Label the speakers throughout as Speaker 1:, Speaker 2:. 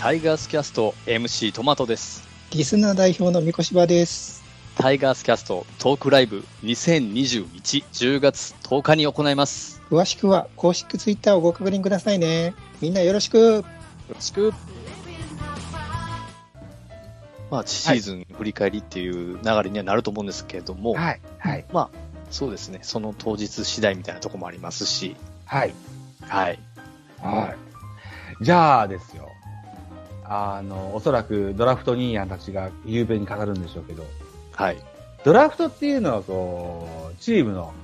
Speaker 1: タイガースキャスト MC トマトです。
Speaker 2: リスナー代表の三越場です。
Speaker 1: タイガースキャストトークライブ20211月10日に行います。
Speaker 2: 詳しくは公式ツイッターをご確認くださいね。みんなよろしく。
Speaker 1: よろしく。まあ、シーズン振り返りっていう流れにはなると思うんですけれども、
Speaker 3: はい、はい、
Speaker 1: そうですね、その当日次第みたいなとこもありますし、
Speaker 3: はい、
Speaker 1: はい。
Speaker 3: はい。じゃあですよ。あの、おそらくドラフトニーヤンたちが雄弁に語るんでしょうけど、
Speaker 1: はい。
Speaker 3: ドラフトっていうのはこう、チームの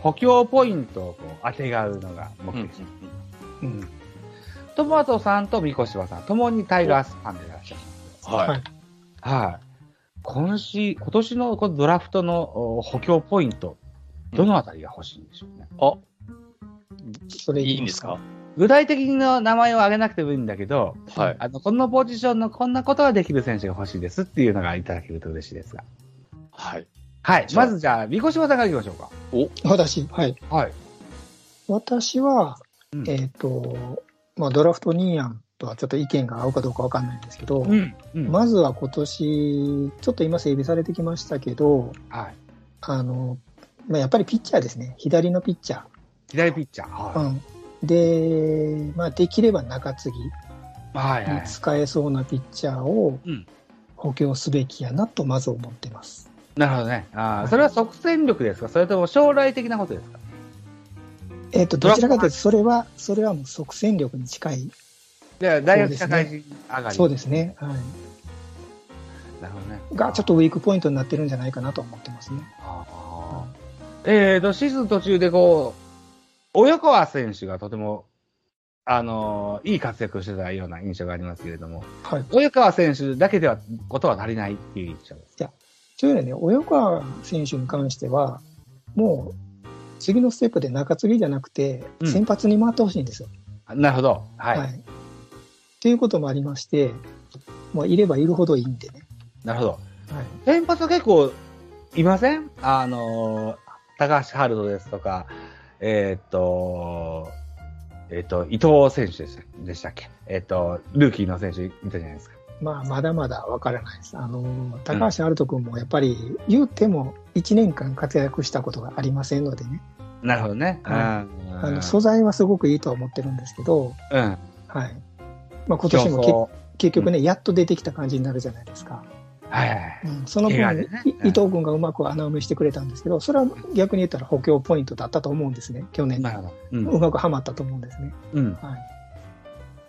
Speaker 3: 補強ポイントをこう当てがうのが目
Speaker 1: うんうんうん
Speaker 3: 的。トマトさんと三越さん、ともにタイガースファンでいらっしゃる。
Speaker 1: はい。
Speaker 3: はい。今し、今年のこのドラフトのお補強ポイント、どのあたりが欲しいんでしょうね。
Speaker 2: それ
Speaker 1: いいんですか
Speaker 3: 具体的な名前を挙げなくてもいいんだけど、
Speaker 1: はい。
Speaker 3: あの、このポジションのこんなことはできる選手が欲しいですっていうのがいただけると嬉しいですが。
Speaker 1: はい。
Speaker 3: はい。
Speaker 1: じゃあ
Speaker 3: まずじゃあ、三越さんからいきましょうか。
Speaker 2: 私、はい。
Speaker 3: はい。
Speaker 2: 私は、
Speaker 3: うん
Speaker 2: えっ、と、まあ、ドラフトニーヤンとはちょっと意見が合うかどうかわかんないんですけど、
Speaker 3: うん。うん。
Speaker 2: まずは今年、ちょっと今整備されてきましたけど、
Speaker 3: はい。
Speaker 2: あの、まあ、やっぱりピッチャーですね。左のピッチャ
Speaker 3: 左ピッチャー。は
Speaker 2: ー。うん。で、まあ、できれば中継ぎ。
Speaker 3: い。はい。はい。
Speaker 2: 使えそうなピッチャーを
Speaker 3: うん
Speaker 2: 補強すべきやなとまず思ってます。
Speaker 3: なるほどね。ああ、それは即戦力ですかそれとも将来的なことですか
Speaker 2: えっ、と、ど
Speaker 3: ドラ
Speaker 2: ちらかというと、それは、それはもう即戦力に近い。
Speaker 3: じゃあ、大学社会人上がり。
Speaker 2: そうですね。は
Speaker 3: なるほどね。
Speaker 2: い。が、ちょっとウィークポイントになってるんじゃないかなと思ってますね。
Speaker 3: ああ。えーと、シーズン途中でこう、及川選手がとても、あのーいい活躍をしてたような印象がありますけれども、
Speaker 2: はい。
Speaker 3: 及川選手だけではことは足りないっていう印象です。
Speaker 2: というのはね、及川選手に関しては、もう、次のステップで中継ぎじゃなくて、
Speaker 3: うん
Speaker 2: 先発に回ってほしいんですよ。
Speaker 3: なるほど。はい。
Speaker 2: はい。ということもありまして、もういればいるほどいいんでね。
Speaker 3: なるほど。
Speaker 2: はい。
Speaker 3: 先発は結構いませんあのー、高橋春人ですとか、えーっと、えーっと、伊藤選手でしたでしたっけえーっと、ルーキーの選手いたじゃないですか。
Speaker 2: まあ、まだまだわからないです。あの、高橋遥人君もやっぱり、言うても1年間活躍したことがありませんのでね、
Speaker 3: なるほどね。
Speaker 2: は
Speaker 3: うん
Speaker 2: あの素材はすごくいいとは思ってるんですけど、
Speaker 3: うん。
Speaker 2: はい。まあ、今年
Speaker 3: 競
Speaker 2: も
Speaker 3: 争
Speaker 2: け結局ね、やっと出てきた感じになるじゃないですか。
Speaker 3: はいはいはい。
Speaker 2: うん、その
Speaker 3: 怪我
Speaker 2: 分、
Speaker 3: でね
Speaker 2: い伊藤君がうまく穴埋めしてくれたんですけど、それは逆に言ったら補強ポイントだったと思うんですね、去年。
Speaker 3: なるほど。うん。
Speaker 2: うまくはまったと思うんですね。
Speaker 3: うん。
Speaker 2: はい、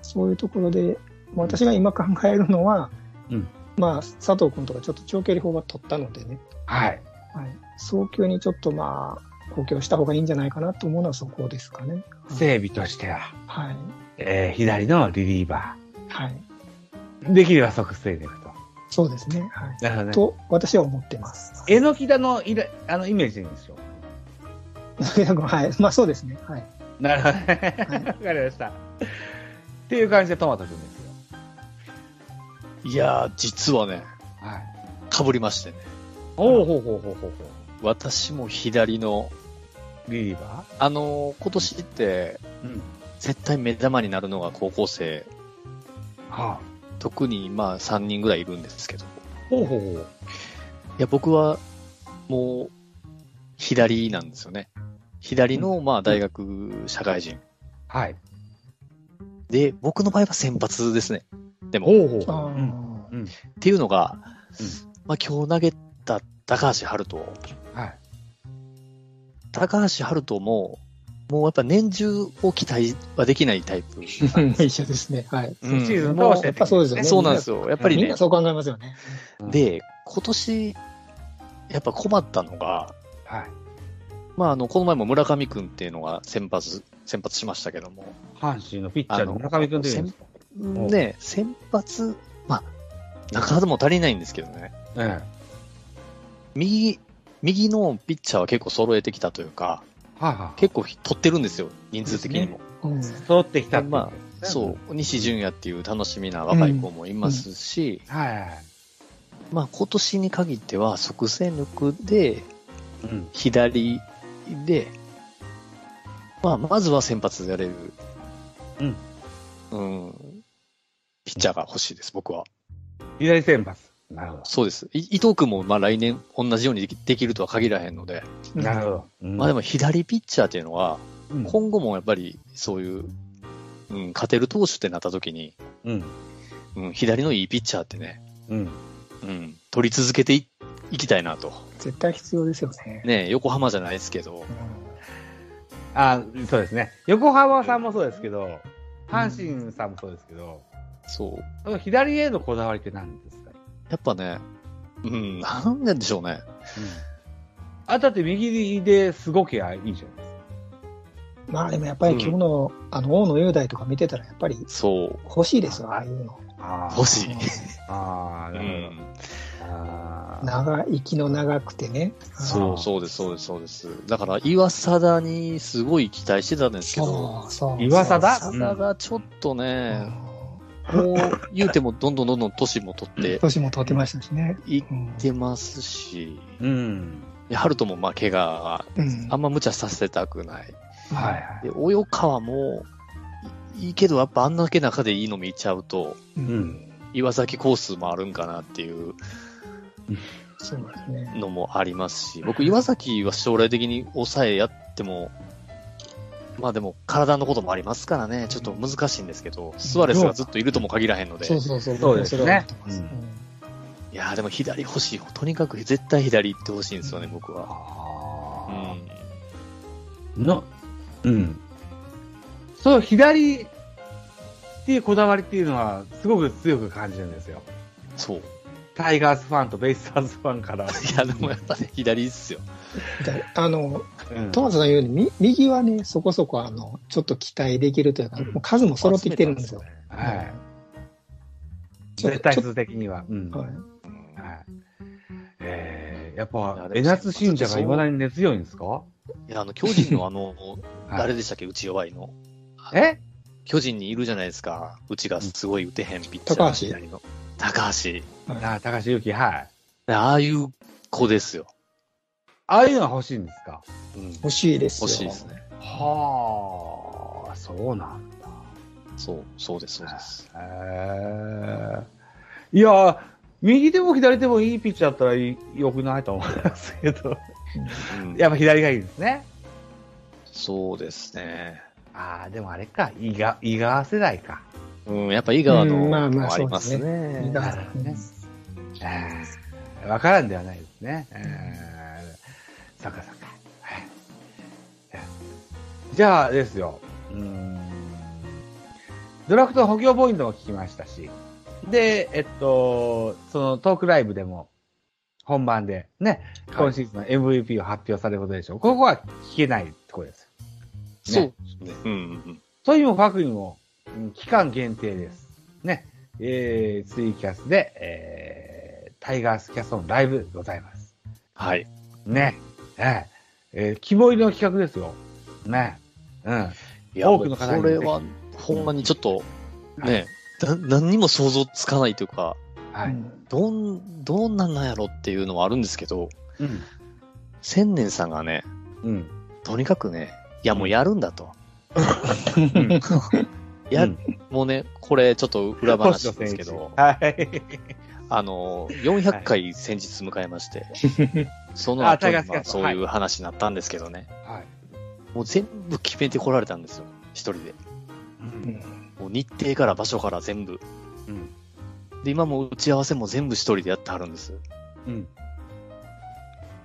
Speaker 2: そういうところで、まあ私が今考えるのは、
Speaker 3: うん
Speaker 2: まあ、佐藤君とかちょっと長距離砲は取ったのでね、
Speaker 3: はい。
Speaker 2: はい、早急にちょっとまあ補強した方がいいんじゃないかなと思うのはそこですかね。
Speaker 3: 整備としては、
Speaker 2: はい
Speaker 3: えー左のリリーバ
Speaker 2: はい、
Speaker 3: ー。できれば即戦力と。
Speaker 2: そうですね、はい、
Speaker 3: なるほどね。
Speaker 2: と私は思ってます。
Speaker 3: えのきだのイラあのイメージでいいんですよ。
Speaker 2: 中田君はいまあ、そうですね、はい
Speaker 3: なるほどね。わ、かりました。っていう感じでトマト君ですよ。
Speaker 1: いやー、実はね、
Speaker 3: は
Speaker 1: 被
Speaker 3: い。
Speaker 1: りましてね。
Speaker 3: おおほうほうほうほうほう。
Speaker 1: 私も左の、
Speaker 3: リリーバ
Speaker 1: あのー今年って、
Speaker 3: ーうん。
Speaker 1: 絶対目玉になるのが高校生、
Speaker 3: はあ。
Speaker 1: 特にまあ3人ぐらいいるんですけど、
Speaker 3: ほうほうほう。
Speaker 1: いや、僕は、もう、左なんですよね。左の、まあ、大学、社会人。
Speaker 3: はい。
Speaker 1: で、僕の場合は先発ですね。でも、っ
Speaker 3: ほうほう
Speaker 2: あ
Speaker 3: ほう。うん。
Speaker 2: ー
Speaker 1: ていうのが
Speaker 3: うん、
Speaker 1: まあ、今日投げた高橋春人。
Speaker 3: はい。
Speaker 1: 高橋春人も、もうやっぱ年中を期待はできないタイ プ。
Speaker 2: 一緒ですね、はい、
Speaker 1: うん
Speaker 3: シーズン
Speaker 2: もう
Speaker 3: 通して
Speaker 2: やっぱそうですよね、
Speaker 1: そうなんですよ。やっぱり
Speaker 2: みん
Speaker 1: ね
Speaker 2: な、そう考えますよね。
Speaker 1: で、今年、やっぱ困ったのが、
Speaker 3: はい。
Speaker 1: まあ、あの、この前も村上君っていうのが先発、先発しましたけども、
Speaker 3: 阪神のピッチャーの村上君というんですか。ん
Speaker 1: ね、先発、まあ、なかなかも足りないんですけどね、
Speaker 3: え
Speaker 1: 右、右のピッチャーは結構揃えてきたというか、
Speaker 3: え。はいはい。
Speaker 1: 結構取ってるんですよ、人数的にも。
Speaker 2: うん
Speaker 3: 揃ってきたっていう
Speaker 1: ま
Speaker 3: ね
Speaker 1: そう、西純也っていう楽しみな若い子もいますし、
Speaker 3: はいはいはい。
Speaker 1: まあ、今年に限っては即戦力で、
Speaker 3: うん。
Speaker 1: 左で、まあ、まずは先発でやれる。
Speaker 3: うん
Speaker 1: うん。ピッチャーが欲しいです、僕は。
Speaker 3: 左先発。なるほ
Speaker 1: そうです。い伊藤君もまあ来年同じようにできできるとは限らへんので、
Speaker 3: ど。なるほど。うん
Speaker 1: まあでも左ピッチャーっていうのは、
Speaker 3: うん
Speaker 1: 今後もやっぱりそういう、うん、勝てる投手ってなった時に、
Speaker 3: うん。
Speaker 1: うん、左のいいピッチャーってね、
Speaker 3: うん。
Speaker 1: うん、取り続けていいきたいなと。
Speaker 2: 絶対必要ですよね。
Speaker 1: ね横浜じゃないですけど、
Speaker 3: あそうですね。横浜さんもそうですけど、阪神さんもそうですけど、
Speaker 1: そう。
Speaker 3: その左へのこだわりって何ですか、
Speaker 1: やっぱね、うん、なんででしょうね。
Speaker 3: あ、だって右ですごくいいじゃないですか。
Speaker 2: うんまあでもやっぱり今日の、あの、大野雄大とか見てたらやっぱり
Speaker 1: そう。
Speaker 2: 欲しいですよ、ああいうの。
Speaker 3: あー
Speaker 1: 欲しい。
Speaker 3: あー、
Speaker 1: う
Speaker 3: なる
Speaker 1: ん
Speaker 3: ほど。あー
Speaker 2: 長、息の長くてね。
Speaker 1: そう、そうです、そうです、そうです。だから、岩貞にすごい期待してたんですけど、
Speaker 2: そうそう。
Speaker 3: 岩貞
Speaker 2: そう
Speaker 1: 岩貞がちょっと
Speaker 2: う
Speaker 1: ね、
Speaker 2: ん
Speaker 1: もう言うてもどんどんどんどん年も取って
Speaker 2: 年も取ってましたしね。
Speaker 1: いっ
Speaker 2: うん
Speaker 1: てますし、
Speaker 3: うん。
Speaker 1: ハルトもまあ怪我が
Speaker 2: うん
Speaker 1: あんま無茶させたくない。
Speaker 3: はいはい。
Speaker 1: で、及川もいいいけど、やっぱあんだけ中でいいの見ちゃうと、
Speaker 2: う。
Speaker 3: うんん。
Speaker 1: 岩崎コースもあるんかなっていう
Speaker 2: そうですね。
Speaker 1: のもありますし、僕、岩崎は将来的に抑えやっても、まあでも、体のこともありますからね、ちょっと難しいんですけど、スアレスがずっといるとも限らへんので、
Speaker 2: そうそうそう。
Speaker 3: そうですね
Speaker 2: 僕もれは思ってます
Speaker 3: うん
Speaker 1: いやーでも左欲しい、とにかく絶対左行ってほしいんですよね、僕は。う
Speaker 3: あ
Speaker 1: ん、
Speaker 3: ーの、うん。そう、左っていうこだわりっていうのは、すごく強く感じるんですよ。
Speaker 1: そう。
Speaker 3: タイガースファンとベイスターズファンから。
Speaker 1: いや、でもやっぱね、左っすよ。
Speaker 2: であの、
Speaker 3: うん
Speaker 2: トマトさんの言うように、み右はね、そこそこ、あの、ちょっと期待できるというか、
Speaker 1: うん
Speaker 2: もう数も揃ってきてるんですよ。
Speaker 3: はい。
Speaker 2: ちょっ
Speaker 3: 絶
Speaker 2: と
Speaker 3: 対
Speaker 2: ちょっ
Speaker 3: 数的には。うん。
Speaker 2: と
Speaker 3: は
Speaker 2: はいい。
Speaker 3: えー、やっ
Speaker 1: い
Speaker 3: ぱ
Speaker 1: や、で
Speaker 3: 江
Speaker 1: も
Speaker 3: 夏信者がいまだに根強いんですか
Speaker 1: いや、あの、巨人のあ の、誰
Speaker 3: はい
Speaker 1: でしたっけ、打ち弱いの。
Speaker 3: え
Speaker 1: 巨人にいるじゃないですか、うちがすごい打てへんピッチャー。
Speaker 2: 高橋
Speaker 1: 左の高橋。
Speaker 3: あー高橋由紀、はい。
Speaker 1: ああいう子ですよ。
Speaker 3: ああいうのは欲しいんですか
Speaker 1: うん、
Speaker 2: 欲しいですよ。
Speaker 1: 欲しいですね。
Speaker 3: はあ、そうなんだ。
Speaker 1: そう、そうです、そうです。
Speaker 3: へえ。いや、右手も左手もいいピッチャーだったらい良くないと思いますけ ど、
Speaker 1: うん
Speaker 3: やっぱ左がいいんですね。
Speaker 1: そうですね。
Speaker 3: ああ、でもあれか、伊賀伊賀世代か。
Speaker 1: うん、やっぱ井川の、
Speaker 2: うんまあまあ
Speaker 1: もあります
Speaker 2: そ
Speaker 1: ね。
Speaker 2: 伊賀
Speaker 3: なるほどね。えーわからんではないですね。えー、そっかそっか。はいいやじゃあですよ。うーん。ドラフトの補強ポイントも聞きましたし。で、えっと、そのトークライブでも、本番でね、
Speaker 1: はい
Speaker 3: 今シーズンの MVP を発表されることでしょう。ここは聞けないところです
Speaker 1: そ
Speaker 3: よ。
Speaker 1: うですね。うんうん
Speaker 3: とにもかくにも、うん期間限定です。ね。えー、ツイキャスで、えー、タイガースキャストのライブございます。
Speaker 1: はい。
Speaker 3: ね。ねえー、肝入りの企画ですよ。ね。うん。
Speaker 1: いや、
Speaker 3: 多くの方に
Speaker 1: これは、ほんまにちょっと、ね、な何にも想像つかないというか、
Speaker 3: は
Speaker 2: う
Speaker 3: い。
Speaker 2: ん
Speaker 1: どん、どんなんなんやろっていうのはあるんですけど、
Speaker 3: うん。
Speaker 1: 千年さんがね、
Speaker 3: うん。
Speaker 1: とにかくね、いや、もうやるんだと。
Speaker 3: うん
Speaker 1: いや、もうね、これちょっと裏話ですけど、
Speaker 3: はい。
Speaker 1: あの、400回先日迎えまして、その
Speaker 3: あタ
Speaker 1: 後
Speaker 3: イガ
Speaker 1: に
Speaker 3: ース
Speaker 1: まあ
Speaker 3: キャスト
Speaker 1: そういう話になったんですけどね、
Speaker 3: はい。
Speaker 1: もう全部決めてこられたんですよ、一人で。
Speaker 3: うん。
Speaker 1: もう日程から場所から全部。
Speaker 3: うん。
Speaker 1: で、今もう打ち合わせも全部一人でやってはるんです。
Speaker 3: うん。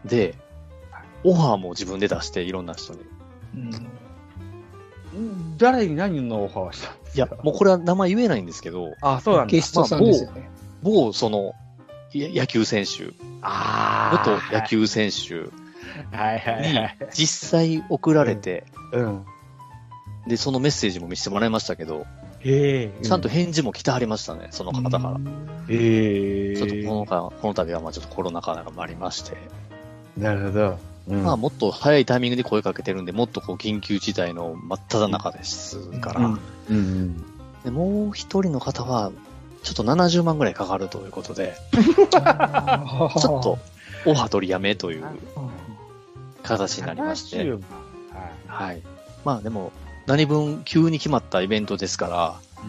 Speaker 1: で、オファーも自分で出して、いろんな人に。
Speaker 2: うん
Speaker 3: うん誰に何のオファーをしたんですか
Speaker 1: いや、もうこれは名前言えないんですけど、
Speaker 3: あ、そうなんだ
Speaker 2: ゲ。ストさんですよね。
Speaker 1: 某その、い野球選手、
Speaker 3: あ
Speaker 1: 元
Speaker 3: ー
Speaker 1: 野。球選手
Speaker 3: はいはいはい。
Speaker 1: に実際送られて、
Speaker 3: うん。
Speaker 1: で、そのメッセージも見せてもらいましたけど、
Speaker 3: へえ。
Speaker 1: ちゃんと返事も来てはりましたね、その方から。
Speaker 3: へえ。
Speaker 1: ちょっとこの間この度はまあちょっとコロナ禍なんかもありまして、
Speaker 3: なるほど。うん
Speaker 1: まあもっと早いタイミングで声かけてるんで、もっとこう緊急事態の真っ只中ですから、
Speaker 3: うんうん
Speaker 1: でもう一人の方は、ちょっと70万ぐらいかかるということで、
Speaker 2: あー
Speaker 1: ちょっと。オファー取りやめという
Speaker 2: うん
Speaker 1: 形になりまして、
Speaker 3: 70は
Speaker 1: はい。まあでも、何分急に決まったイベントですから、
Speaker 3: い。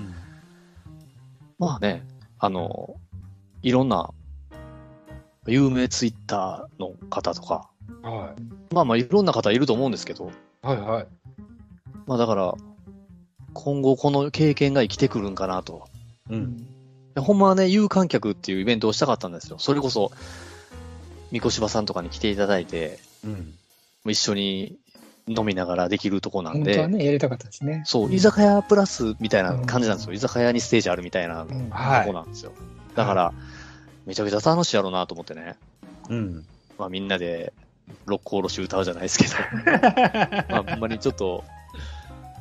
Speaker 1: まあね、あの、いろんな、有名ツイッターの方とか、
Speaker 3: は
Speaker 1: まあまあいろんな方いると思うんですけど、
Speaker 3: い。はいはい。
Speaker 1: まあだから、今後この経験が生きてくるんかなと。
Speaker 3: う。
Speaker 2: うん
Speaker 1: でほんまはね、有観客っていうイベントをしたかったんですよ。それこそ、三越場さんとかに来ていただいて、
Speaker 3: うん。
Speaker 1: 一緒に飲みながらできるとこなん
Speaker 2: 本当
Speaker 1: で、
Speaker 2: はね、やりたかったですね。
Speaker 1: そう、居酒屋プラスみたいな感じなんですよ。居酒屋にステージあるみたいな
Speaker 2: うん
Speaker 1: と
Speaker 3: は
Speaker 1: こ
Speaker 3: い。
Speaker 1: なんですよ。だから、めちゃくちゃ楽しいやろうなと思ってね。
Speaker 3: うん。
Speaker 1: まあみんなで、六甲おろし歌うじゃないですけ ど、まああんまりちょっと、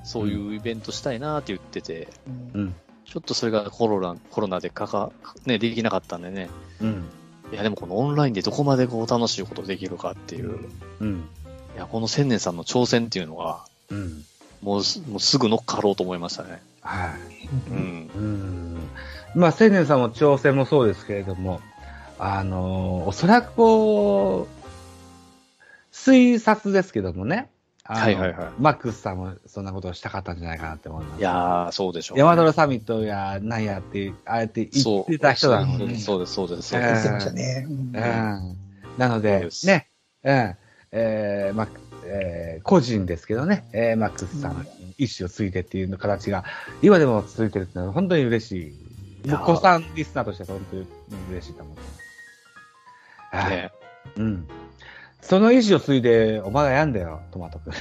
Speaker 1: そういうイベントしたいなって言ってて、
Speaker 2: うん
Speaker 3: うん。
Speaker 1: ちょっとそれがコロナ、コロナでかか、ね、できなかったんでね。
Speaker 3: うん。
Speaker 1: いやでもこのオンラインでどこまでこう楽しいことできるかっていう、い
Speaker 3: うん。
Speaker 1: やこの千年さんの挑戦っていうのが、
Speaker 3: うん。
Speaker 1: もうすもうすぐ乗っかろうと思いましたね。
Speaker 3: はい。
Speaker 1: うん。
Speaker 3: うんまあ、千年さんも挑戦もそうですけれども、あのーおそらくこう、推察ですけどもね、あの
Speaker 1: はいはいはい
Speaker 3: マックスさんもそんなことをしたかったんじゃないかなって思います。
Speaker 1: いやー、そうでしょう、
Speaker 3: 山田サミットやなんやって、ああやって言
Speaker 1: そ
Speaker 3: っ
Speaker 1: う
Speaker 3: てた人なの
Speaker 1: う
Speaker 3: で、
Speaker 1: んそうです、そうです、そう
Speaker 2: や
Speaker 1: で
Speaker 2: っ
Speaker 1: す。
Speaker 2: てましたね。うん
Speaker 3: うん
Speaker 1: ん
Speaker 3: なの
Speaker 1: そう
Speaker 3: で
Speaker 1: で、す
Speaker 3: ね、うんえーまあえー個人ですけどね、えーマックスさんの意思を継いでっていうの形が、今でも続いてるっていうのは本当に嬉しい。
Speaker 1: いや
Speaker 3: もう
Speaker 1: ー
Speaker 3: 子さんリスナーとしては本当に嬉しいと思ってます。はい。
Speaker 1: ね、
Speaker 3: うん。その意思を継いで、お前がやんだよ、トマト 君。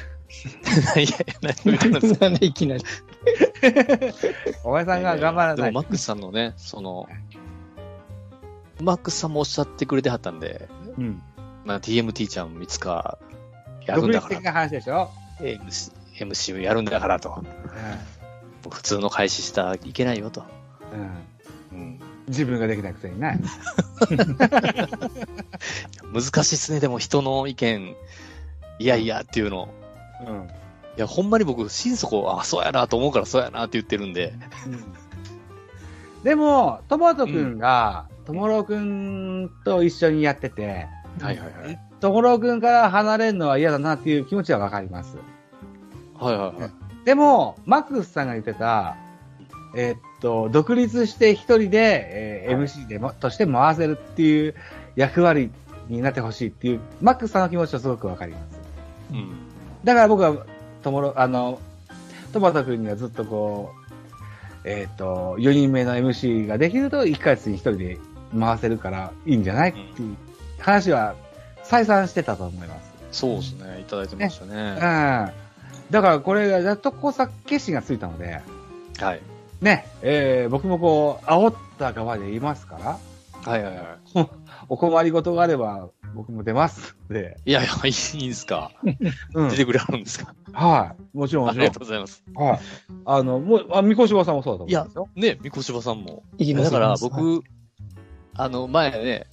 Speaker 1: いや、何言ってるんですか
Speaker 2: なんでいきなり。
Speaker 3: お前さんが頑張ら
Speaker 1: で
Speaker 3: な
Speaker 1: も
Speaker 3: い
Speaker 1: マックスさんのね、その、マックスさんもおっしゃってくれてはったんで、
Speaker 3: うん。
Speaker 1: まあ、TMT ちゃんもいつかやる
Speaker 3: 独
Speaker 1: んだ
Speaker 3: 立
Speaker 1: から
Speaker 3: 的、な話でしょ。
Speaker 1: MC, MC をやるんだからと。普通の開始したらいけないよと。
Speaker 3: うんうん
Speaker 1: うん、
Speaker 3: 自分ができなくていない。
Speaker 1: 難しいっすね、でも人の意見、いやいやっていうの。
Speaker 3: うん。
Speaker 1: いや、ほんまに僕、心底、あ、そうやなと思うからそうやなって言ってるんで。
Speaker 3: でも、トマトくんが、トモロくんと一緒にやってて、
Speaker 1: はいはいはい。
Speaker 3: トモロくんから離れるのは嫌だなっていう気持ちはわかります。
Speaker 1: はいはいはい。
Speaker 3: でも、マックスさんが言ってた、えっと、独立して一人で、えー MC でも、として回せるっていう役割になってほしいっていう、マックスさんの気持ちはすごくわかります。
Speaker 1: うん。
Speaker 3: だから僕は、ともろ、あの、トマト君にはずっとこう、えっ、と、4人目の MC ができると、1ヶ月に1人で回せるからいいんじゃないっていう話は、再三してたと思います。
Speaker 1: そうですね。いただいてました
Speaker 3: う
Speaker 1: ね。
Speaker 3: ん。だからこれが、やっとこうさ、決心がついたので、
Speaker 1: はい。
Speaker 3: ね、えー僕もこう、煽った側でいますから、
Speaker 1: はいはいは
Speaker 3: お困りごとがあれば、僕も出ますので、
Speaker 1: い。いやいや、いいんですか。
Speaker 3: うん
Speaker 1: 出。てくれはるんですか。
Speaker 3: はい。もちろん、も
Speaker 1: あ
Speaker 3: ち
Speaker 1: りが
Speaker 3: ろん
Speaker 1: とう。ございます。
Speaker 3: はい。あの、もう、あ、三越さんもそうだと思うんですよ。
Speaker 1: ね、三越場さんも。
Speaker 2: いきなり
Speaker 1: だから
Speaker 2: はい
Speaker 1: 僕、あの、前ね、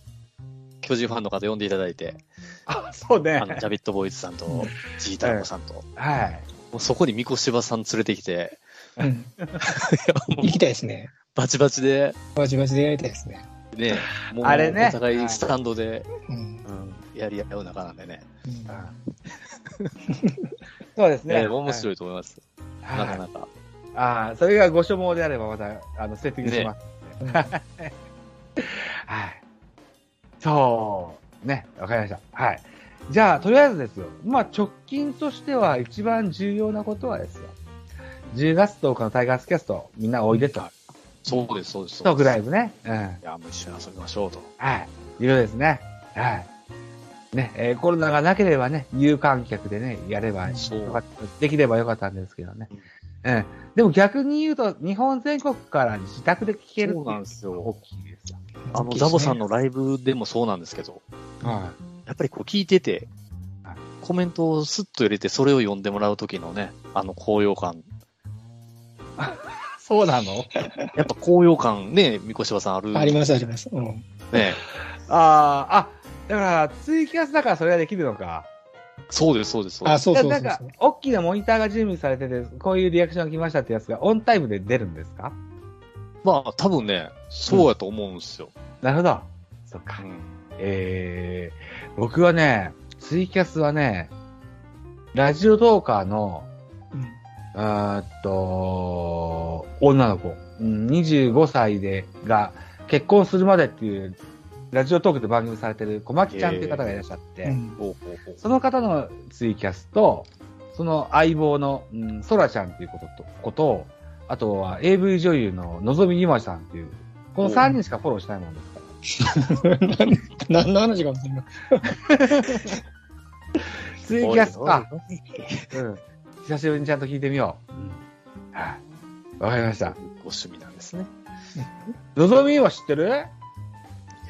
Speaker 1: 巨人ファンの方呼んでいただいて、
Speaker 3: あ、そうね
Speaker 1: あ。の、ジャビットボーイズさんと、ジータローさんと、も
Speaker 3: はい。
Speaker 1: うそこに三越場さん連れてきて、
Speaker 2: うん
Speaker 1: もう
Speaker 2: 行きたいですね。
Speaker 1: バチバチで、
Speaker 2: バチバチでやりたいですね。
Speaker 1: ね、もう
Speaker 3: あれね
Speaker 1: お互いスタンドで
Speaker 2: うん
Speaker 3: うん。
Speaker 1: やり合う仲なんでね、
Speaker 2: うん
Speaker 3: そうです
Speaker 1: ね
Speaker 3: ね。
Speaker 1: 面
Speaker 3: い。
Speaker 1: 白いと思います、
Speaker 3: は
Speaker 1: な
Speaker 3: い
Speaker 1: かなか。
Speaker 3: ああ、それがご所望であればまた、あの、セッティングします。
Speaker 2: うん
Speaker 3: はい。そう。ね。わかりました。はい。じゃあ、とりあえずですよ。まあ、直近としては一番重要なことはですよ。10月10日のタイガースキャスト、みんなおいでと。
Speaker 1: そうです、そうです。
Speaker 3: トークライ
Speaker 1: ブ。
Speaker 3: ブね。うん。
Speaker 1: いや、もう一緒に遊びましょうと。
Speaker 3: はい。いうことですね。はい。ね、えーコロナがなければね、有観客でね、やれば
Speaker 1: そう
Speaker 3: よかったできればよかったんですけどね
Speaker 1: うん。
Speaker 3: うん。でも逆に言うと、日本全国から自宅で聞けるってい
Speaker 1: そうなんです
Speaker 3: うの
Speaker 1: よ
Speaker 3: が大きいですよ。
Speaker 1: あの、ザボさんのライブでもそうなんですけど、
Speaker 3: は
Speaker 1: やっぱりこう聞いてて
Speaker 3: はい、
Speaker 1: コメントをスッと入れて、それを読んでもらう時のね、あの高揚 感。
Speaker 3: い。そうなの
Speaker 1: やっぱ高揚感ね、三越場さんある。
Speaker 2: あります、あります。うん
Speaker 1: ね。
Speaker 3: ああー、あ、だから、ツイキャスだからそれができるのか。
Speaker 1: そうです、そうです、そうで
Speaker 2: あ、
Speaker 1: す。
Speaker 2: そうそうそ
Speaker 3: な
Speaker 2: うんそ
Speaker 3: か
Speaker 2: う。、
Speaker 3: 大きなモニターが準備されてて、こういうリアクションが来ましたってやつがオンタイムで出るんですか
Speaker 1: まあ、多分ね、そうやと思うんですよ。
Speaker 3: なるほど。そっか。
Speaker 1: うん
Speaker 3: えー、僕はね、ツイキャスはね、ラジオトーカーの、
Speaker 2: うん
Speaker 3: あーっと、女の子、うん、25歳で、が、結婚するまでっていう、ラジオトークで番組されてる小牧ちゃんっていう方がいらっしゃって、
Speaker 2: うん
Speaker 1: ほうほうほう
Speaker 3: その方のツイキャスと、その相棒の、うん、ソラちゃんっていうことと、こと、あとは AV 女優ののぞみゆまさんっていう、この3人しかフォローしないもんですから。
Speaker 2: 何の話かもしれない。
Speaker 3: ツイキャス
Speaker 1: おいおい
Speaker 3: か。うん。久しぶりにちゃんと聞いてみよう。はい。わかりました。
Speaker 1: ご趣味なんですね。
Speaker 3: のぞみゆま知ってる
Speaker 1: いや、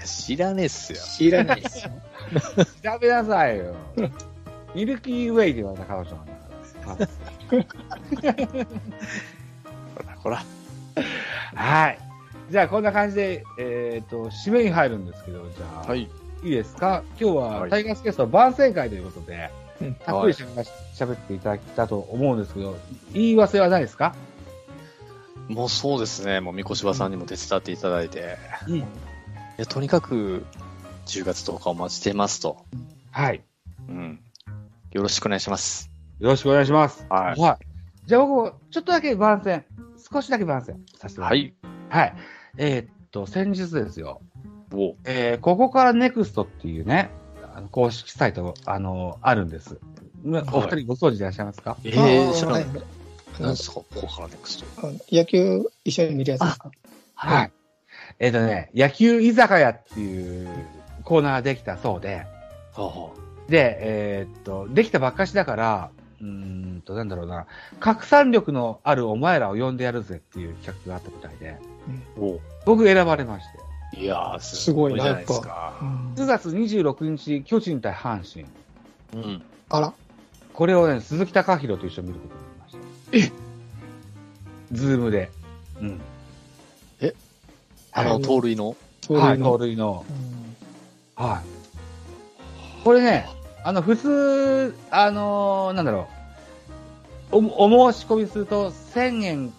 Speaker 1: 知らねえっすよ。
Speaker 2: 知らないですよ。
Speaker 3: 調べなさいよ。ミルキーウェイで言われた彼女なんだから。
Speaker 1: ほら、ほら。
Speaker 3: はい。じゃあ、こんな感じで、えっ、と、締めに入るんですけど、じゃあ、、
Speaker 1: はいい。
Speaker 3: いですか今日は
Speaker 1: はい
Speaker 3: タイガースキャスト番宣会ということで、
Speaker 2: うん
Speaker 3: たっぷりしゃべ喋っていただけたと思うんですけど、言い忘れはないですか
Speaker 1: もうそうですね。もう、三越場さんにも手伝っていただいて。
Speaker 3: うん
Speaker 1: いや、とにかく、10月10日お待ちしていますと。
Speaker 3: はい。
Speaker 1: うん。よろしくお願いします。
Speaker 3: よろしくお願いします。
Speaker 1: は。
Speaker 3: じゃあ僕も、ちょっとだけ番宣、少しだけ番宣させてもら
Speaker 1: は
Speaker 3: ます。
Speaker 1: い。
Speaker 3: はい。えーっと、先日ですよ、
Speaker 1: お
Speaker 3: えーここからネクストっていうね、あの公式サイト、あの、あるんです。まお二人ご存知でいらっしゃいますか
Speaker 1: え
Speaker 2: あ
Speaker 1: ー、
Speaker 2: ー
Speaker 1: 知ら
Speaker 2: は
Speaker 1: ないい。なんですか、ここからネクスト。
Speaker 2: あの野球一緒に見るやつですか
Speaker 3: はい。えっ、とね、野球居酒屋っていうコーナーができたそうで、
Speaker 1: は
Speaker 3: で、えーっと、できたばっかしだから、うーんと、なんだろうな、拡散力のあるお前らを呼んでやるぜっていう企画があったみたいで、
Speaker 1: あ、お
Speaker 3: 僕選ばれまして、
Speaker 1: いやー、
Speaker 2: すごいな
Speaker 1: じゃないですか。
Speaker 2: うん
Speaker 3: 9月26日、巨人対阪神、
Speaker 1: うん。
Speaker 2: あら、
Speaker 3: これをね、鈴木貴弘と一緒に見ることになりました。えズームで。うん。
Speaker 1: えあ
Speaker 3: はい
Speaker 1: の、盗塁の。
Speaker 2: そう
Speaker 3: はいい、
Speaker 2: うの
Speaker 3: 盗塁の。
Speaker 2: うん
Speaker 3: はい。これね、あの、普通、あのーなんだろう。お、お申し込みすると、1000円、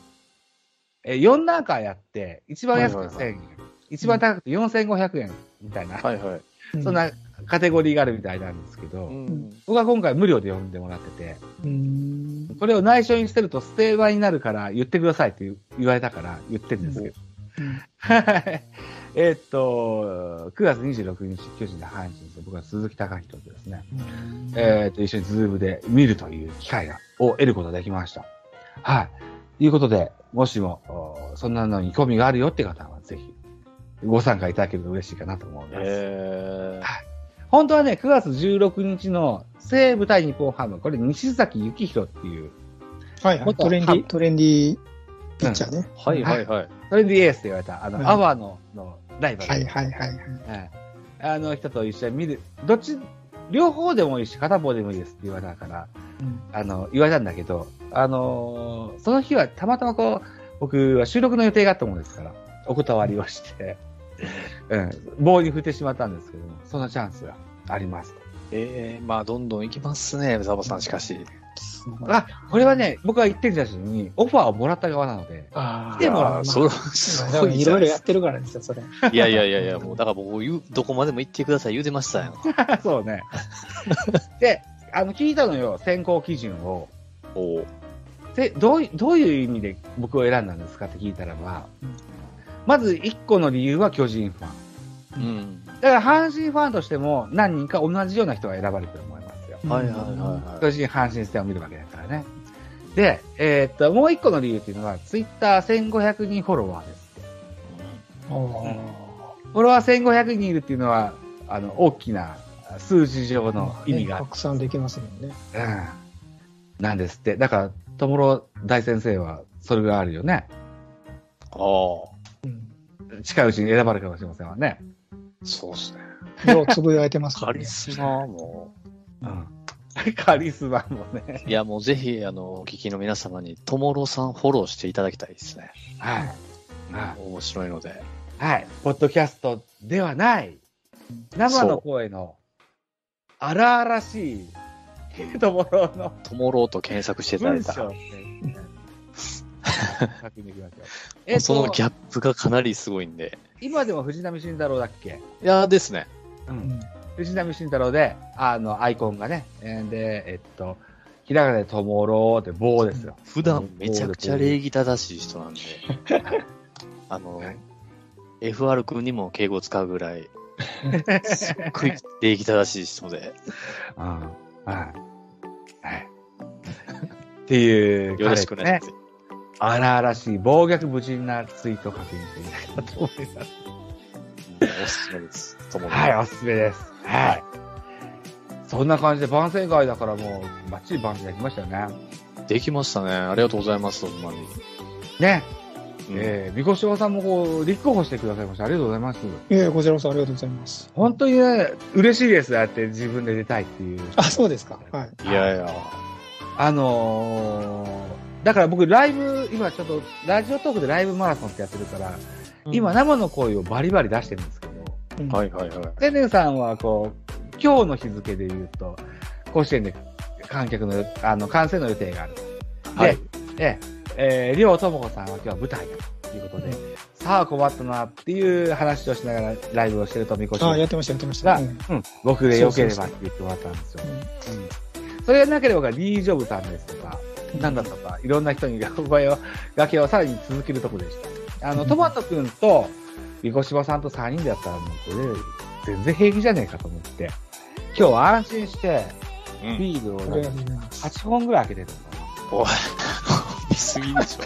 Speaker 3: え、4段階あって、一番安くて1000円、
Speaker 1: はい
Speaker 3: 一番高くて4500円みたいな、
Speaker 1: はいはい。
Speaker 3: そんなカテゴリーがあるみたいなんですけど、
Speaker 1: うん。
Speaker 3: 僕は今回無料で呼んでもらってて、
Speaker 2: うん
Speaker 3: これを内緒にしてると捨て場になるから言ってくださいって言言われたから言ってるんですけど。
Speaker 2: うん
Speaker 3: はい えーっと、9月26日、巨人で阪神ですね僕は鈴木貴人とですね、えーっと、一緒にズームで見るという機会がを得ることができました。はい。ということで、もしも、おそんなのに興味があるよって方は、ぜひ、ご参加いただけると嬉しいかなと思います。
Speaker 1: えー、
Speaker 3: 本当はね、9月16日の西武対日本ハム、これ西崎幸宏っていう、
Speaker 2: はいは
Speaker 3: も
Speaker 2: い、
Speaker 3: っと
Speaker 2: トレンデ
Speaker 3: は
Speaker 2: ィ、トレンディピッチャーね。
Speaker 1: はいはいはい。
Speaker 3: トレンディエースって言われた、あの、
Speaker 2: うん
Speaker 3: アワーののライバル。
Speaker 2: はいはいはいはい。
Speaker 3: はいあの人と一緒に見る、どっち、両方でもいいし、片方でもいいですって言われたから、
Speaker 2: うん
Speaker 3: あの、言われたんだけど、あのーその日はたまたまこう、僕は収録の予定があったもんですから、お断りをして、うん、棒に振ってしまったんですけども、そのチャンスがあります。
Speaker 1: えー、まあ、どんどん行きますね、ザボさん、しかし。
Speaker 3: あ、これはね、僕は言ってるじゃしに、オファーをもらった側な ので、
Speaker 2: あ
Speaker 3: 来てもらう
Speaker 1: あー
Speaker 2: あ
Speaker 1: それはす
Speaker 2: だか
Speaker 1: ご
Speaker 2: ら
Speaker 1: い
Speaker 2: い
Speaker 1: じゃ
Speaker 2: ろ
Speaker 1: ないいで
Speaker 2: ろや
Speaker 1: す
Speaker 2: っ
Speaker 1: か。
Speaker 2: てるからですよ、それ。
Speaker 1: いやいやいやいや、もう、だから僕、言うどこまでも行ってください、言うてましたよ。
Speaker 3: そうね。 で、あの、聞いたのよ、選考基準を。
Speaker 1: おー
Speaker 3: でどういどういう意味で僕を選んだんですかって聞いたらば、
Speaker 2: うん
Speaker 3: まず1個の理由は巨人ファン。
Speaker 1: うん。
Speaker 3: だから阪神ファンとしても何人か同じような人が選ばれてると思いますよ。
Speaker 1: はいはいはいは
Speaker 3: 巨人、阪神戦を見るわけだからね。で、えーっと、もう1個の理由っていうのは、ツイッター1500人フォロワーですって。
Speaker 2: おー
Speaker 3: フォロワー1500人いるっていうのは、あの、大きな数字上の意味がある
Speaker 2: ね拡散できますもんね。
Speaker 3: うんなんですって。だから、友呂大先生は、それがあるよね。
Speaker 1: い。あ
Speaker 2: うん。
Speaker 3: 近いうちに選ばれるかもしれませんわね。
Speaker 1: あ、そうですね。
Speaker 2: ようつぶやいてます
Speaker 1: カ
Speaker 2: から
Speaker 1: リ
Speaker 2: ね。
Speaker 1: スマも。
Speaker 3: うん。カリスマもね。
Speaker 1: いや、もうぜひ、あの、お聞きの皆様に、ともろさんフォローしていただきたいですね。
Speaker 3: はい。は
Speaker 1: 面白いので。
Speaker 3: い。はい。ポッドキャストではない、生の声の荒々しいところの
Speaker 1: ともろと検索していただい
Speaker 3: 文
Speaker 1: た
Speaker 3: 章
Speaker 1: ら
Speaker 3: をねはい確認できますよ。 えっ
Speaker 1: その
Speaker 3: と、
Speaker 1: ギャップがかなりすごいんで。
Speaker 3: 今でも藤波慎太郎だっけ
Speaker 1: いやーですね。
Speaker 3: う
Speaker 2: うん。
Speaker 3: 藤波慎太郎で、あの、アイコンがね、えーで、えっと、ひらがなでともろうって棒ですよ。
Speaker 1: 普段めちゃくちゃ礼儀正しい人なんで、あの、
Speaker 3: はい
Speaker 1: FR 君にも敬語を使うぐらい、すっごい礼儀正しい人で、
Speaker 3: うん。はい。 はい。っていう、
Speaker 1: よろしく
Speaker 3: 彼
Speaker 1: ね
Speaker 3: です。荒々しい、暴虐無人なツイートを確認していただきたいと思います。
Speaker 1: もうおすすめです。ともに
Speaker 3: はい、おすすめです。はい。そんな感じで番宣会だからもう、バッチリ番宣できましたよね。
Speaker 1: できましたね。ありがとうございます、ほんまに。
Speaker 3: ね。
Speaker 1: うん
Speaker 3: えー、みこしおさんもこう、立候補してくださいました。ありがとうございます。
Speaker 2: いやいや、こちらこそありがとうございます。
Speaker 3: 本当にね、嬉しいです。だって自分で出たいっていう。
Speaker 2: あ、そうですか。はい。
Speaker 1: いやいや、
Speaker 3: あのー、だから僕ライブ、今ちょっと、ラジオトークでライブマラソンってやってるから、今生の声をバリバリ出してるんですけど、
Speaker 2: うん、
Speaker 1: はいはいはい。
Speaker 3: ゼネさんはこう、今日の日付で言うと、甲子園で観客の、あの、観戦の予定がある。
Speaker 1: はい。
Speaker 3: で、えー、りょうともこさんは今日は舞台だということで、さあ困ったなっていう話をしながらライブをしてるとみこし
Speaker 2: あ、や
Speaker 3: が
Speaker 2: ってました、やってました。
Speaker 3: う
Speaker 2: うん
Speaker 3: ん、僕で良ければって言ってもらったんですよ。うんそれがなければ僕はリージョブさんですとか、なんだとか、いろんな人に声を、がけをさらに続けるとこでした。あの、
Speaker 2: うん
Speaker 3: トマト君と、みこしばさんと3人でやったらもうこれ、全然平気じゃねえかと思って、今日は安心して、
Speaker 1: うん。
Speaker 3: ビールを
Speaker 2: ありがとうございます。
Speaker 3: 8本ぐらい開けてるのか
Speaker 1: おい、見すぎでしょ。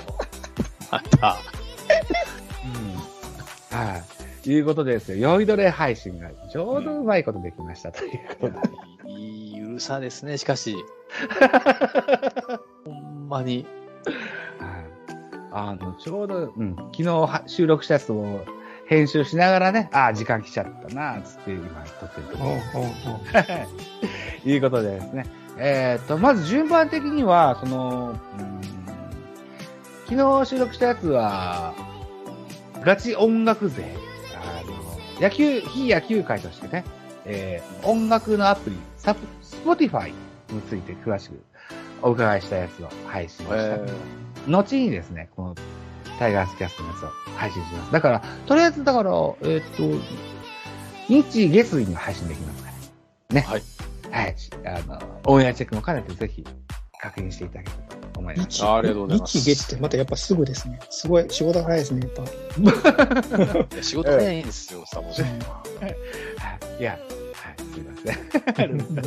Speaker 1: あった。
Speaker 3: な。うん。はい。いうことでですよ、酔いどれ配信がちょうどうまいことできましたということで。
Speaker 1: いいゆるさですね、しかし。ほんまに。
Speaker 3: はいあの、ちょうど、うん、昨日は収録したやつを編集しながらね、ああ、時間来ちゃったな、つって今撮ってるところということでですね。えっ、と、まず順番的には、その、うん昨日収録したやつは、ガチ音楽勢。あの、野球、非野球界としてね、えー音楽のアプリ、サプ、スポティファイについて詳しくお伺いしたやつを配信した。
Speaker 1: え
Speaker 3: 後にですね、このタイガースキャストのやつを配信します。だから、とりあえずだから、えーっと、日月に配信できますからね。
Speaker 1: はい。
Speaker 3: はい。あの、オンエアチェックも兼ねてぜひ確認していただければと思います。
Speaker 2: 日
Speaker 1: あありがとうございます
Speaker 2: 日月ってまたやっぱすぐですね。すごい、仕事が早いですね、や っぱ。
Speaker 1: ーいや仕事早いんですよ、サボさんは。
Speaker 3: はい。いや、はい、すいません。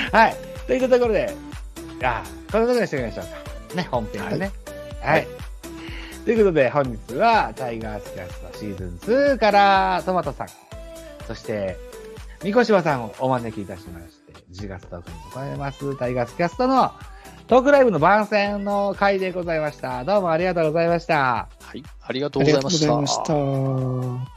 Speaker 3: はい。といったところで、あこのところにしておきましょうか。ね、本編はね。はい。ということで、本日は、タイガースキャストシーズン2から、トマトさん、そして、三越さんをお招きいたしまして、10月10日にございます、タイガースキャストのトークライブの番宣の回でございました。どうもありがとうございました。
Speaker 1: はい。ありがと
Speaker 2: あ
Speaker 1: うご
Speaker 2: り
Speaker 1: ざ
Speaker 2: が
Speaker 1: い
Speaker 2: とうご
Speaker 1: ま
Speaker 2: ざいま
Speaker 1: し
Speaker 2: したた。。